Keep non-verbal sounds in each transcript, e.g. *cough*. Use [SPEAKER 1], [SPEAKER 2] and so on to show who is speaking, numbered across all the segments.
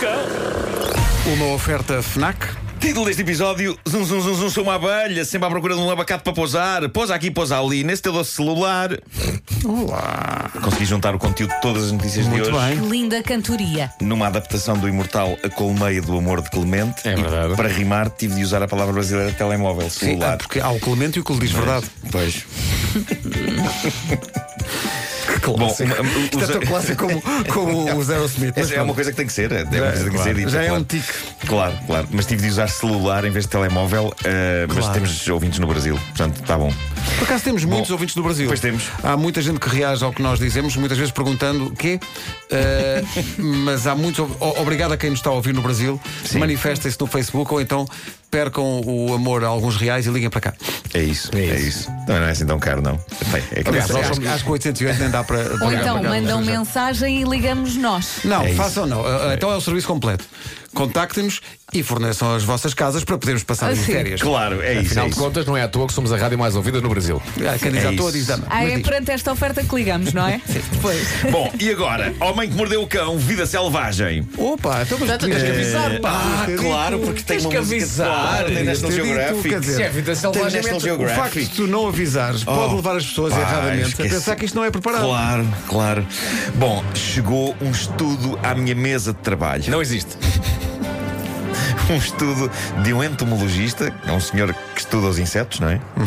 [SPEAKER 1] cão.
[SPEAKER 2] Uma oferta FNAC.
[SPEAKER 3] Título deste episódio: Zum, zum, zum, zum, sou uma abelha, sempre à procura de um abacate para pousar. Pousa aqui, pousa ali, nesse teu doce celular.
[SPEAKER 2] Olá.
[SPEAKER 3] Consegui juntar o conteúdo de todas as notícias
[SPEAKER 2] Muito
[SPEAKER 3] de hoje
[SPEAKER 2] bem.
[SPEAKER 4] Linda cantoria.
[SPEAKER 3] numa adaptação do imortal A Colmeia do Amor de Clemente.
[SPEAKER 2] É
[SPEAKER 3] E
[SPEAKER 2] verdade.
[SPEAKER 3] para rimar, tive de usar a palavra brasileira
[SPEAKER 2] Sim,
[SPEAKER 3] telemóvel,
[SPEAKER 2] ah,
[SPEAKER 3] celular.
[SPEAKER 2] porque há o Clemente e o que lhe diz verdade. *laughs*
[SPEAKER 3] Pois.
[SPEAKER 2] Que
[SPEAKER 3] clássico.
[SPEAKER 2] Isto é tão clássico como, como os Aerosmith. mas
[SPEAKER 3] Essa é uma
[SPEAKER 2] pronto.
[SPEAKER 3] coisa que tem que ser. É uma coisa que tem que ser
[SPEAKER 2] claro.
[SPEAKER 3] dita,
[SPEAKER 2] Já é
[SPEAKER 3] claro.
[SPEAKER 2] um tique.
[SPEAKER 3] Claro, claro. Mas tive de usar celular em vez de telemóvel. eh, Mas
[SPEAKER 2] Claro.
[SPEAKER 3] temos ouvintes no Brasil, portanto, está bom.
[SPEAKER 2] Por acaso temos muitos ouvintes do Brasil.
[SPEAKER 3] pois temos.
[SPEAKER 2] Há muita gente que reage ao que nós dizemos, muitas vezes perguntando o quê? Eh, *laughs* mas há muitos. o- Obrigado a quem nos está a ouvir no Brasil. Manifestem-se no Facebook ou então percam o amor a alguns reais e liguem para cá.
[SPEAKER 3] É isso, é,
[SPEAKER 2] isso.
[SPEAKER 3] isso. Também não é assim tão caro, não. Bem, é que
[SPEAKER 2] Aliás,
[SPEAKER 3] é-
[SPEAKER 2] nós somos- acho que 808 nem dá para.
[SPEAKER 4] Ou
[SPEAKER 2] para-
[SPEAKER 4] então
[SPEAKER 2] para-
[SPEAKER 4] mandam
[SPEAKER 2] para-
[SPEAKER 4] mensagem e ligamos nós.
[SPEAKER 2] Não,
[SPEAKER 3] É isso.
[SPEAKER 2] façam não. Ah, ah, Então é o serviço completo. Contactem-nos e forneçam as vossas casas para podermos passar
[SPEAKER 4] Ah,
[SPEAKER 2] as
[SPEAKER 4] sim.
[SPEAKER 2] férias.
[SPEAKER 3] Claro, é isso.
[SPEAKER 5] Afinal
[SPEAKER 3] É
[SPEAKER 5] de
[SPEAKER 3] isso.
[SPEAKER 5] contas, não é à toa que somos a rádio mais ouvida no Brasil.
[SPEAKER 2] Há Quem diz
[SPEAKER 3] É
[SPEAKER 2] à toa
[SPEAKER 3] isso.
[SPEAKER 2] diz dama.
[SPEAKER 4] Ah,
[SPEAKER 2] Mas
[SPEAKER 4] é
[SPEAKER 2] diz.
[SPEAKER 4] perante esta oferta que ligamos,
[SPEAKER 3] *laughs*
[SPEAKER 4] não é? Pois.
[SPEAKER 3] Bom, e agora? Homem que mordeu o cão, vida selvagem.
[SPEAKER 2] Opa, então mas
[SPEAKER 5] Tens que avisar,
[SPEAKER 3] Ah, claro, porque tem
[SPEAKER 5] Tens
[SPEAKER 3] uma
[SPEAKER 5] que
[SPEAKER 3] música de
[SPEAKER 5] avisar.
[SPEAKER 3] Claro, tem National
[SPEAKER 2] Ter dito,
[SPEAKER 3] Geographic.
[SPEAKER 2] quer dizer,
[SPEAKER 5] Se é vida
[SPEAKER 3] tem National
[SPEAKER 5] selvagem, é
[SPEAKER 2] O facto de
[SPEAKER 3] Geographic.
[SPEAKER 2] tu não avisares pode levar as pessoas
[SPEAKER 3] Oh. pá,
[SPEAKER 2] erradamente
[SPEAKER 3] esqueci.
[SPEAKER 2] a pensar que isto não é preparado.
[SPEAKER 3] Claro, claro. Bom, chegou um estudo à minha mesa de trabalho.
[SPEAKER 5] Não existe.
[SPEAKER 3] *laughs* um estudo de um entomologista, é um senhor que estuda os insetos, não é?
[SPEAKER 2] Uhum.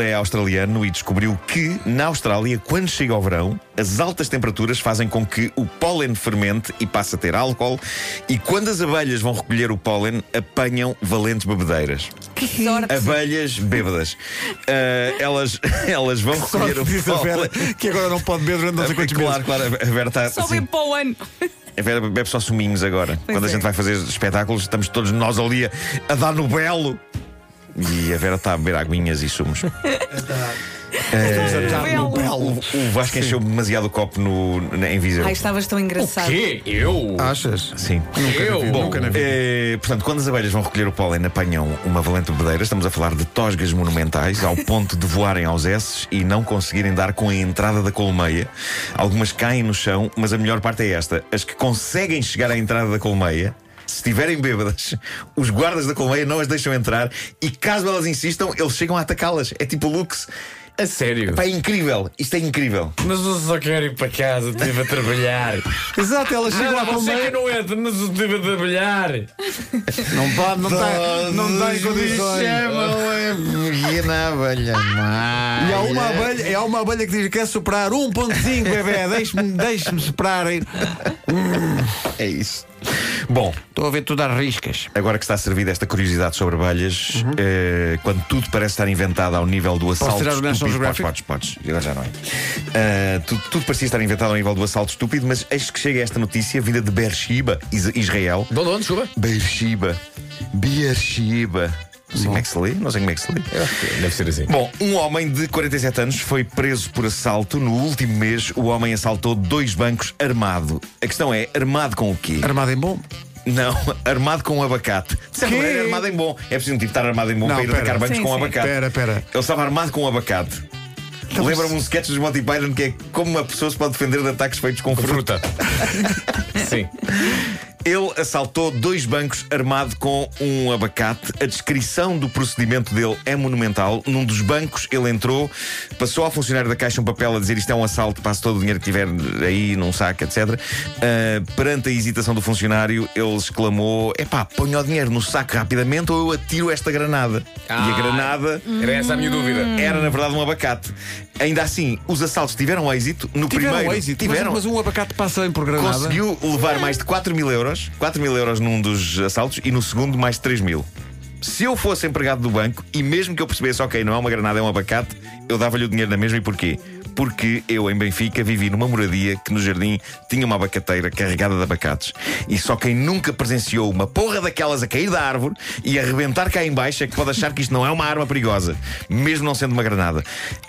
[SPEAKER 3] Ele é australiano e descobriu que, na Austrália, quando chega ao verão, as altas temperaturas fazem com que o pólen fermente e passe a ter álcool, e quando as abelhas vão recolher o pólen, apanham valentes bebedeiras.
[SPEAKER 4] Que sorte.
[SPEAKER 3] Abelhas bêbadas. Ah, elas, *laughs* elas vão
[SPEAKER 2] Só
[SPEAKER 3] recolher o
[SPEAKER 2] diz a Vera
[SPEAKER 3] pólen.
[SPEAKER 2] que agora não pode beber durante não sei quantos
[SPEAKER 3] É Claro,
[SPEAKER 2] meses.
[SPEAKER 3] claro, a Vera está
[SPEAKER 4] Só
[SPEAKER 3] assim.
[SPEAKER 4] bem para o ano.
[SPEAKER 3] A Vera bebe só suminhos agora.
[SPEAKER 4] Pois
[SPEAKER 3] Quando a
[SPEAKER 4] é.
[SPEAKER 3] gente vai fazer espetáculos, estamos todos nós ali a, a dar no belo. E a Vera está a beber aguinhas e sumos.
[SPEAKER 2] Está no
[SPEAKER 3] O,
[SPEAKER 2] belo.
[SPEAKER 3] o Vasco encheu demasiado o copo no, na- em Viseu.
[SPEAKER 4] Ai, estavas tão engraçado.
[SPEAKER 5] Quê? Eu?
[SPEAKER 2] Achas?
[SPEAKER 3] Sim.
[SPEAKER 5] eu?
[SPEAKER 2] vi,
[SPEAKER 5] Bom,
[SPEAKER 2] nunca na vida.
[SPEAKER 3] Eh, portanto, quando as abelhas vão recolher o pólen, apanham uma valente bebedeira. Estamos a falar de tosgas monumentais, ao ponto de voarem aos S e não conseguirem dar com a entrada da colmeia. Algumas caem no chão, mas a melhor parte é esta: as que conseguem chegar à entrada da colmeia. Se estiverem bêbadas, *laughs* os guardas da colmeia não as deixam entrar e, caso elas insistam, eles chegam a atacá-las. É tipo Lux.
[SPEAKER 5] A sério?
[SPEAKER 3] Pá, é incrível. Isto é incrível.
[SPEAKER 5] Mas eu só quero ir para casa, estive a trabalhar.
[SPEAKER 2] Exato, ela chega lá
[SPEAKER 5] *laughs* Não,
[SPEAKER 2] com
[SPEAKER 5] você
[SPEAKER 2] meia-
[SPEAKER 5] que não entra, mas eu estive a trabalhar.
[SPEAKER 2] Não pode, não está não tá em condições.
[SPEAKER 3] é
[SPEAKER 2] E há uma abelha, e há uma abelha que diz que quer superar 1.5, bebê, deixe-me deixe superar.
[SPEAKER 3] É isso. Bom,
[SPEAKER 2] Estou a ver tudo às riscas.
[SPEAKER 3] Agora que está servida esta curiosidade sobre abelhas,
[SPEAKER 2] Uhum.
[SPEAKER 3] eh, quando tudo parece estar inventado ao nível do assalto
[SPEAKER 2] tirar o
[SPEAKER 3] estúpido.
[SPEAKER 2] National Geographic?
[SPEAKER 3] Podes, podes, podes. Agora já não é. Ah, tudo, tudo parecia estar inventado ao nível do assalto estúpido, mas eis que chega esta notícia vinda de Beersheba, Is- Israel.
[SPEAKER 5] De onde, onde, chuva?
[SPEAKER 3] Beersheba. Beersheba. Não sei como é que se lê, não sei como é que se lê.
[SPEAKER 5] Deve ser assim.
[SPEAKER 3] Bom, um homem de 47 anos foi preso por assalto. No último mês, o homem assaltou dois bancos armado. A questão é, armado com o quê?
[SPEAKER 2] Armada em bom?
[SPEAKER 3] Não, armado com um abacate. De certa
[SPEAKER 2] Quê?
[SPEAKER 3] maneira, armado em bom. É preciso um tipo estar armado em bom
[SPEAKER 2] Não,
[SPEAKER 3] para ir
[SPEAKER 2] pera.
[SPEAKER 3] atacar bancos
[SPEAKER 4] Sim,
[SPEAKER 3] com um
[SPEAKER 4] sim.
[SPEAKER 3] abacate.
[SPEAKER 2] Pera, pera. Então,
[SPEAKER 3] Ele estava armado com um abacate. Lembra-me um sketch dos Monty Python que é como uma pessoa se pode defender de ataques feitos com fruta.
[SPEAKER 5] Fruta. Sim.
[SPEAKER 3] Ele assaltou dois bancos armado com um abacate. A descrição do procedimento dele é monumental. Num dos bancos ele entrou, passou ao funcionário da caixa um papel a dizer isto é um assalto, passe todo o dinheiro que tiver aí num saco, etc. Ah, perante a hesitação do funcionário, ele exclamou: epá, ponha o dinheiro no saco rapidamente ou eu atiro esta granada. e a
[SPEAKER 5] Ah.
[SPEAKER 3] granada.
[SPEAKER 5] Era essa a minha dúvida.
[SPEAKER 3] Era na verdade um abacate. Ainda assim, os assaltos tiveram êxito. No primeiro, tiveram.
[SPEAKER 2] Mas, mas um abacate passa bem por granada.
[SPEAKER 3] Conseguiu levar mais de 4 mil euros, 4 mil euros num dos assaltos e no segundo mais 3 mil. Se eu fosse empregado do banco e mesmo que eu percebesse, ok, não é uma granada, é um abacate, eu dava-lhe o dinheiro na mesma e porquê? Porque eu, em Benfica, vivi numa moradia que no jardim tinha uma abacateira carregada de abacates. E só quem nunca presenciou uma porra daquelas a cair da árvore e arrebentar cá em baixo é que pode achar que isto não é uma arma perigosa, mesmo não sendo uma granada.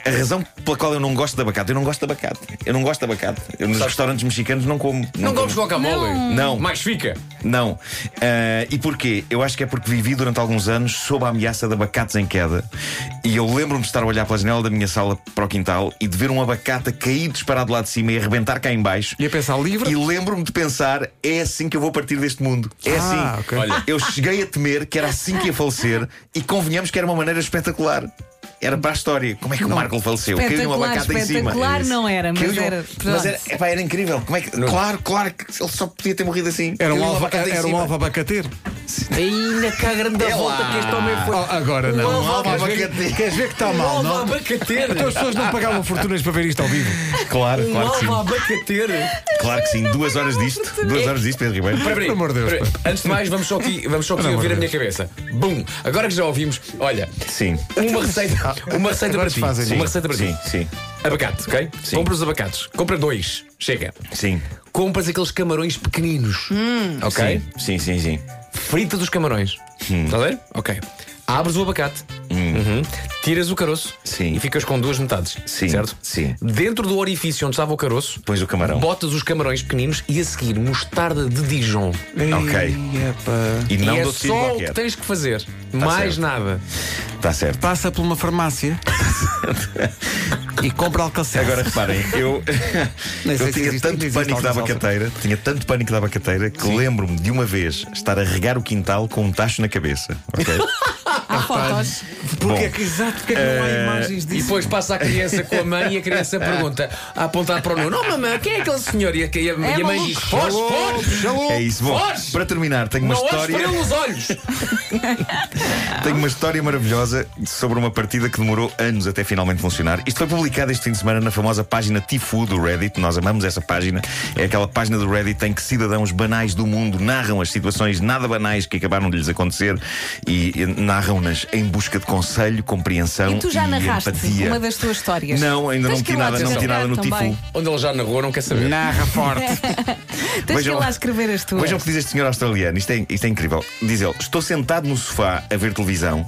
[SPEAKER 3] A razão pela qual eu não gosto de abacate, eu não gosto de abacate. Eu não gosto de abacate. Eu nos restaurantes mexicanos não como.
[SPEAKER 5] Não
[SPEAKER 3] como.
[SPEAKER 5] comes guacamole?
[SPEAKER 3] Não.
[SPEAKER 5] Mais fica.
[SPEAKER 3] Não. Ah, e porquê? Eu acho que é porque vivi durante alguns anos sob a ameaça de abacates em queda. E eu lembro-me de estar a olhar pela janela da minha sala para o quintal e de ver ver um abacate a cair disparado lá de cima e a arrebentar cá em baixo.
[SPEAKER 2] E a pensar livre.
[SPEAKER 3] E lembro-me de pensar, é assim que eu vou partir deste mundo. É
[SPEAKER 2] Ah,
[SPEAKER 3] assim.
[SPEAKER 2] ok.
[SPEAKER 5] Olha.
[SPEAKER 3] *laughs* Eu cheguei a temer que era assim que ia falecer e convenhamos que era uma maneira espetacular. Era para a história. Como é que o Marco faleceu? Caiu um
[SPEAKER 4] Espetacular,
[SPEAKER 3] abacate em cima.
[SPEAKER 4] espetacular não era, mas
[SPEAKER 3] Caiu-
[SPEAKER 4] era.
[SPEAKER 3] Mas
[SPEAKER 4] pronto.
[SPEAKER 3] era, epá, era incrível. Como é que, claro, claro que ele só podia ter morrido assim.
[SPEAKER 2] Era um
[SPEAKER 3] Caiu
[SPEAKER 2] alvo,
[SPEAKER 3] abacate em
[SPEAKER 2] era um
[SPEAKER 3] cima.
[SPEAKER 2] alvo abacateiro.
[SPEAKER 5] Ainda que a grande
[SPEAKER 3] É
[SPEAKER 5] volta
[SPEAKER 3] lá.
[SPEAKER 5] que este homem foi.
[SPEAKER 2] Oh, agora não.
[SPEAKER 5] Um alvo
[SPEAKER 2] Queres ver-
[SPEAKER 3] abacateiro.
[SPEAKER 2] Queres ver que está mal,
[SPEAKER 5] Um
[SPEAKER 2] não?
[SPEAKER 5] alvo abacateiro.
[SPEAKER 2] Então as pessoas não pagavam fortunas para ver isto ao vivo.
[SPEAKER 3] Ah, Claro,
[SPEAKER 5] Um
[SPEAKER 3] claro que
[SPEAKER 5] alvo
[SPEAKER 3] sim.
[SPEAKER 5] abacateiro.
[SPEAKER 3] Claro que sim. Duas horas disto. Duas horas disto, Pedro Ribeiro.
[SPEAKER 5] Espera,
[SPEAKER 2] Pelo
[SPEAKER 5] espera,
[SPEAKER 2] amor de Deus,
[SPEAKER 5] espera.
[SPEAKER 2] pá.
[SPEAKER 5] Antes de mais, vamos só aqui, vamos só aqui
[SPEAKER 2] Pelo
[SPEAKER 5] ouvir a
[SPEAKER 2] amor de
[SPEAKER 5] minha cabeça. Bum! Agora que já ouvimos, olha,
[SPEAKER 3] Sim.
[SPEAKER 5] uma receita, uma
[SPEAKER 2] Agora
[SPEAKER 5] receita para
[SPEAKER 2] te
[SPEAKER 5] ti.
[SPEAKER 2] fazem isso.
[SPEAKER 5] Uma receita para ti.
[SPEAKER 3] Sim, sim.
[SPEAKER 5] Abacate, ok?
[SPEAKER 3] Sim.
[SPEAKER 5] Compra os abacates. Compra dois. Chega.
[SPEAKER 3] Sim.
[SPEAKER 5] Compras aqueles camarões pequeninos. ok?
[SPEAKER 3] Hum. Sim, Hum. sim, sim.
[SPEAKER 5] Frita dos camarões. Estás a ver? Ok. Abres o abacate. Uhum. Tiras o caroço.
[SPEAKER 3] Hum. Sim.
[SPEAKER 5] E ficas com duas metades.
[SPEAKER 3] Sim,
[SPEAKER 5] Certo?
[SPEAKER 3] sim.
[SPEAKER 5] Dentro do orifício onde estava o caroço.
[SPEAKER 3] Pões o camarão.
[SPEAKER 5] Botas os camarões pequeninos e a seguir mostarda de Dijon.
[SPEAKER 3] Ok.
[SPEAKER 2] Ei, epá.
[SPEAKER 3] E não
[SPEAKER 5] e é
[SPEAKER 3] do sítio
[SPEAKER 5] só o que
[SPEAKER 3] qualquer.
[SPEAKER 5] tens que fazer. Mais
[SPEAKER 3] Tá certo.
[SPEAKER 5] nada.
[SPEAKER 3] Está certo.
[SPEAKER 2] Passa por uma farmácia e compra alcacelser. *laughs*
[SPEAKER 3] Agora reparem, eu,
[SPEAKER 2] Nem sei
[SPEAKER 3] eu
[SPEAKER 2] se
[SPEAKER 3] tinha
[SPEAKER 2] existe- ainda
[SPEAKER 3] tanto
[SPEAKER 2] existe
[SPEAKER 3] pânico da
[SPEAKER 2] alguma salsa.
[SPEAKER 3] abacateira, tinha tanto pânico da abacateira que lembro-me de uma vez estar a regar o quintal com um tacho na cabeça.
[SPEAKER 2] *laughs*
[SPEAKER 3] ok?
[SPEAKER 4] Há fotos.
[SPEAKER 2] Porque é
[SPEAKER 3] Bom.
[SPEAKER 2] que, exato, porque é que não há imagens
[SPEAKER 5] E
[SPEAKER 2] disso?
[SPEAKER 5] depois passa a criança com a mãe e
[SPEAKER 3] *laughs*
[SPEAKER 5] a criança pergunta, a apontar para o Nuno: Não, mamãe, quem é aquele senhor? E a, e a- e a
[SPEAKER 4] É
[SPEAKER 5] mãe
[SPEAKER 4] maluco.
[SPEAKER 5] diz: Foge, foge!
[SPEAKER 3] é isso. Bom,
[SPEAKER 5] Foge!
[SPEAKER 3] para terminar, tenho uma
[SPEAKER 5] Não olhes
[SPEAKER 3] história.
[SPEAKER 5] para ele nos olhos!
[SPEAKER 3] Tenho uma história maravilhosa sobre uma partida que demorou anos até finalmente funcionar. Isto foi publicado este fim de semana na famosa página Tifu do Reddit. Nós amamos essa página. É aquela página do Reddit em que cidadãos banais do mundo narram as situações nada banais que acabaram de lhes acontecer e e narram-nas em busca de conselho, compreensão
[SPEAKER 4] E tu já
[SPEAKER 3] e
[SPEAKER 4] narraste
[SPEAKER 3] empatia.
[SPEAKER 4] uma das tuas histórias.
[SPEAKER 3] Não, ainda
[SPEAKER 4] Tens
[SPEAKER 3] não
[SPEAKER 4] que
[SPEAKER 3] meti
[SPEAKER 4] ir lá
[SPEAKER 3] nada, não meti nada
[SPEAKER 4] descarregar
[SPEAKER 3] no tipo.
[SPEAKER 4] também.
[SPEAKER 3] Tifu.
[SPEAKER 5] Onde ele já narrou, não quer saber.
[SPEAKER 2] Narra forte.
[SPEAKER 4] Tens que ir
[SPEAKER 3] Vejam-
[SPEAKER 4] lá escrever as tuas.
[SPEAKER 3] Vejam o que diz este senhor australiano, isto é, isto é incrível. Diz ele: Estou sentado no sofá a ver televisão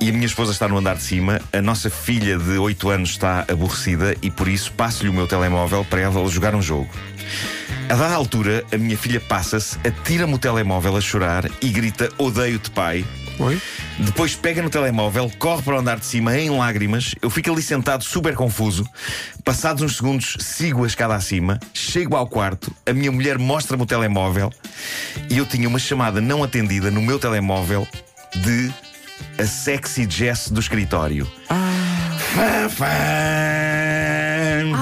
[SPEAKER 3] e a minha esposa está no andar de cima, a nossa filha de 8 anos está aborrecida e por isso passo-lhe o meu telemóvel para ela jogar um jogo. A dada altura, a minha filha passa-se, atira-me o telemóvel a chorar e grita: Odeio-te, pai.
[SPEAKER 2] Oi?
[SPEAKER 3] Depois pega no telemóvel, corre para o andar de cima em lágrimas. Eu fico ali sentado super confuso. Passados uns segundos, sigo a escada acima, chego ao quarto, a minha mulher mostra-me o telemóvel e eu tinha uma chamada não atendida no meu telemóvel de a sexy Jess do escritório. Fã, fã.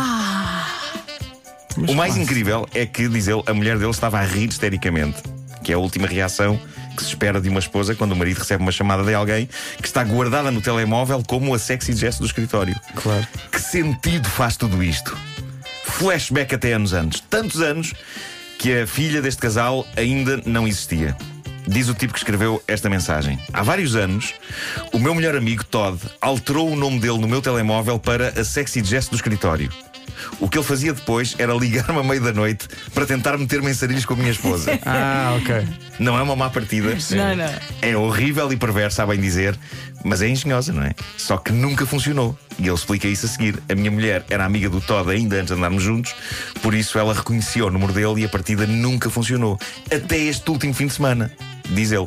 [SPEAKER 3] O mais incrível é que, diz ele, a mulher dele estava a rir histericamente, que é a última reação que se espera de uma esposa quando o marido recebe uma chamada de alguém que está guardada no telemóvel como a sexy gesto do escritório.
[SPEAKER 2] Claro.
[SPEAKER 3] Que sentido faz tudo isto? Flashback até anos antes. Tantos anos que a filha deste casal ainda não existia. Diz o tipo que escreveu esta mensagem. Há vários anos, o meu melhor amigo Todd alterou o nome dele no meu telemóvel para a sexy gesto do escritório. O que ele fazia depois era ligar-me à meia da noite para tentar meter-me em sarilhos com a minha esposa.
[SPEAKER 2] Ah, ok.
[SPEAKER 3] Não é uma má partida.
[SPEAKER 4] *laughs* Não, não.
[SPEAKER 3] É horrível e perversa, a bem dizer, mas é engenhosa, não é? Só que nunca funcionou. E ele explica isso a seguir. A minha mulher era amiga do Todd ainda antes de andarmos juntos, por isso ela reconheceu o número dele e a partida nunca funcionou. Até este último fim de semana. Diz ele.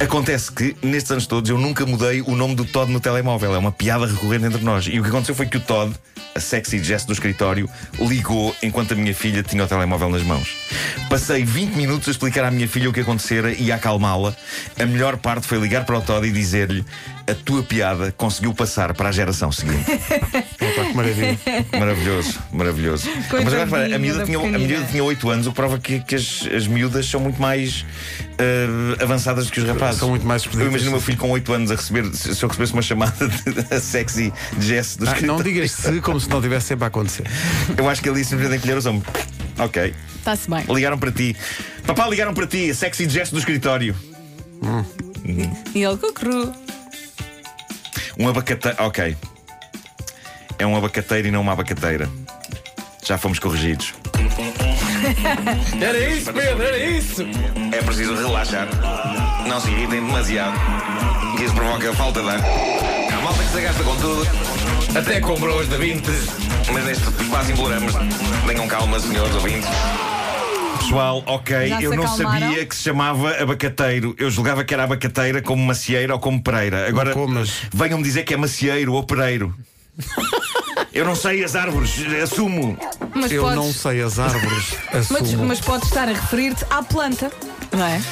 [SPEAKER 3] Acontece que, nestes anos todos, eu nunca mudei o nome do Todd no telemóvel. É uma piada recorrente entre nós. E o que aconteceu foi que o Todd, a sexy gesto do escritório, ligou enquanto a minha filha tinha o telemóvel nas mãos. Passei 20 minutos a explicar à minha filha o que acontecera e a acalmá-la. A melhor parte foi ligar para o Todd e dizer-lhe: A tua piada conseguiu passar para a geração seguinte.
[SPEAKER 2] Opa, que maravilha.
[SPEAKER 3] maravilhoso,
[SPEAKER 4] *laughs*
[SPEAKER 3] maravilhoso.
[SPEAKER 4] Coitadinha
[SPEAKER 3] Mas agora, repara, a miúda,
[SPEAKER 4] da
[SPEAKER 3] tinha, a
[SPEAKER 4] pequenina.
[SPEAKER 3] miúda tinha 8 anos, o que prova que, que as, as miúdas são muito mais eh, avançadas do que os rapazes.
[SPEAKER 2] São muito mais
[SPEAKER 3] Eu
[SPEAKER 2] expeditas.
[SPEAKER 3] imagino o meu filho com 8 anos a receber, se se eu recebesse uma chamada de, a sexy Jess do
[SPEAKER 2] Ah,
[SPEAKER 3] escritório.
[SPEAKER 2] não digas se como se não tivesse sempre a acontecer.
[SPEAKER 3] *laughs* Eu acho que ele simplesmente encolher os ombros. Ok.
[SPEAKER 4] Está-se bem.
[SPEAKER 3] Ligaram para ti. Papá, ligaram para ti. Sexy gesto do escritório.
[SPEAKER 4] E ele cucru.
[SPEAKER 3] Um abacateiro. Ok. É um abacateiro e não uma abacateira. Já fomos corrigidos.
[SPEAKER 5] Era isso, Pedro, era isso!
[SPEAKER 3] É preciso relaxar. Não se irritem demasiado. Isso provoca falta de ar. A malta que se gasta com tudo.
[SPEAKER 5] Até comprou hoje da 20.
[SPEAKER 3] Mas neste quase imploramos. Tenham calma, senhores ouvintes. Pessoal, ok,
[SPEAKER 4] Já se
[SPEAKER 3] eu não
[SPEAKER 4] acalmaram?
[SPEAKER 3] sabia que se chamava abacateiro. Eu julgava que era abacateira como macieira ou como pereira. Agora
[SPEAKER 2] Não comas.
[SPEAKER 4] *laughs*
[SPEAKER 3] venham-me dizer que é macieiro ou pereiro. Eu não sei as árvores, assumo.
[SPEAKER 4] Mas,
[SPEAKER 2] Eu
[SPEAKER 4] podes,
[SPEAKER 2] não sei as árvores.
[SPEAKER 4] mas,
[SPEAKER 2] assumo.
[SPEAKER 4] mas podes estar a referir-te à planta, não é?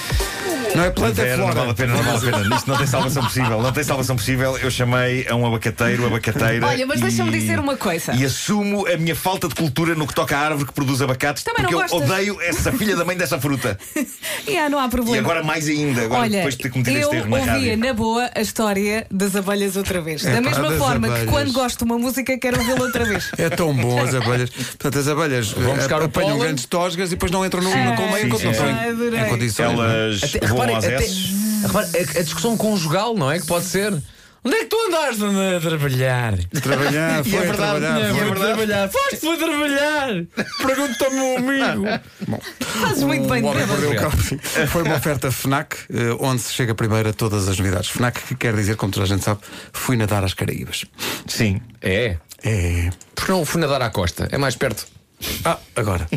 [SPEAKER 2] Não é planta, é
[SPEAKER 3] Vera, não
[SPEAKER 2] flora.
[SPEAKER 3] vale a pena, não vale a pena. Isto não tem salvação possível. Não tem salvação possível. Eu chamei a um abacateiro, abacateira.
[SPEAKER 4] Olha, mas deixa-me
[SPEAKER 3] e-
[SPEAKER 4] dizer uma coisa.
[SPEAKER 3] E assumo a minha falta de cultura no que toca à árvore que produz abacates.
[SPEAKER 4] Também não
[SPEAKER 3] porque eu
[SPEAKER 4] gostas.
[SPEAKER 3] odeio essa filha da mãe dessa fruta.
[SPEAKER 4] E ah, não há problema.
[SPEAKER 3] E agora mais ainda, agora
[SPEAKER 4] Olha,
[SPEAKER 3] depois de ter cometido
[SPEAKER 4] eu
[SPEAKER 3] este erro na
[SPEAKER 4] ouvia
[SPEAKER 3] rádio. É
[SPEAKER 4] na boa a história das abelhas outra vez.
[SPEAKER 2] Epá,
[SPEAKER 4] da mesma
[SPEAKER 2] das
[SPEAKER 4] forma
[SPEAKER 2] abelhas.
[SPEAKER 4] que quando gosto de uma música quero ouvi-la
[SPEAKER 3] *laughs*
[SPEAKER 4] outra vez.
[SPEAKER 2] É tão bom as abelhas. Portanto, as abelhas eh,
[SPEAKER 5] buscar o
[SPEAKER 2] apanham
[SPEAKER 5] pólen.
[SPEAKER 2] grandes tosgas e depois não entram no, no colmeia
[SPEAKER 4] sim,
[SPEAKER 2] enquanto não
[SPEAKER 4] sim.
[SPEAKER 2] estão
[SPEAKER 4] Ah,
[SPEAKER 2] em-
[SPEAKER 4] adorei.
[SPEAKER 2] em condições. não é?
[SPEAKER 3] Elas
[SPEAKER 5] Até-
[SPEAKER 3] voam
[SPEAKER 5] reparem,
[SPEAKER 3] às
[SPEAKER 5] até-
[SPEAKER 3] S.
[SPEAKER 5] reparem, a, a discussão conjugal, não é? Que pode ser. Onde é que tu andaste Ana, a trabalhar?
[SPEAKER 2] Trabalhar, foi trabalhar.
[SPEAKER 5] Não,
[SPEAKER 2] foi.
[SPEAKER 5] fui trabalhar. Foste, foi trabalhar. Ah, Pergunta-me um amigo.
[SPEAKER 4] Fazes
[SPEAKER 3] Um
[SPEAKER 4] muito bem
[SPEAKER 2] O Homem que
[SPEAKER 4] Pedro.
[SPEAKER 5] um
[SPEAKER 2] Mordeu o Cão, sim. *laughs* Foi uma oferta FNAC, eh, onde se chega primeiro a todas as novidades. FNAC, que quer dizer, como toda a gente sabe, fui nadar às Caraíbas.
[SPEAKER 3] Sim.
[SPEAKER 5] É.
[SPEAKER 2] É.
[SPEAKER 5] Porque não fui nadar à costa? É mais perto.
[SPEAKER 2] Ah, agora.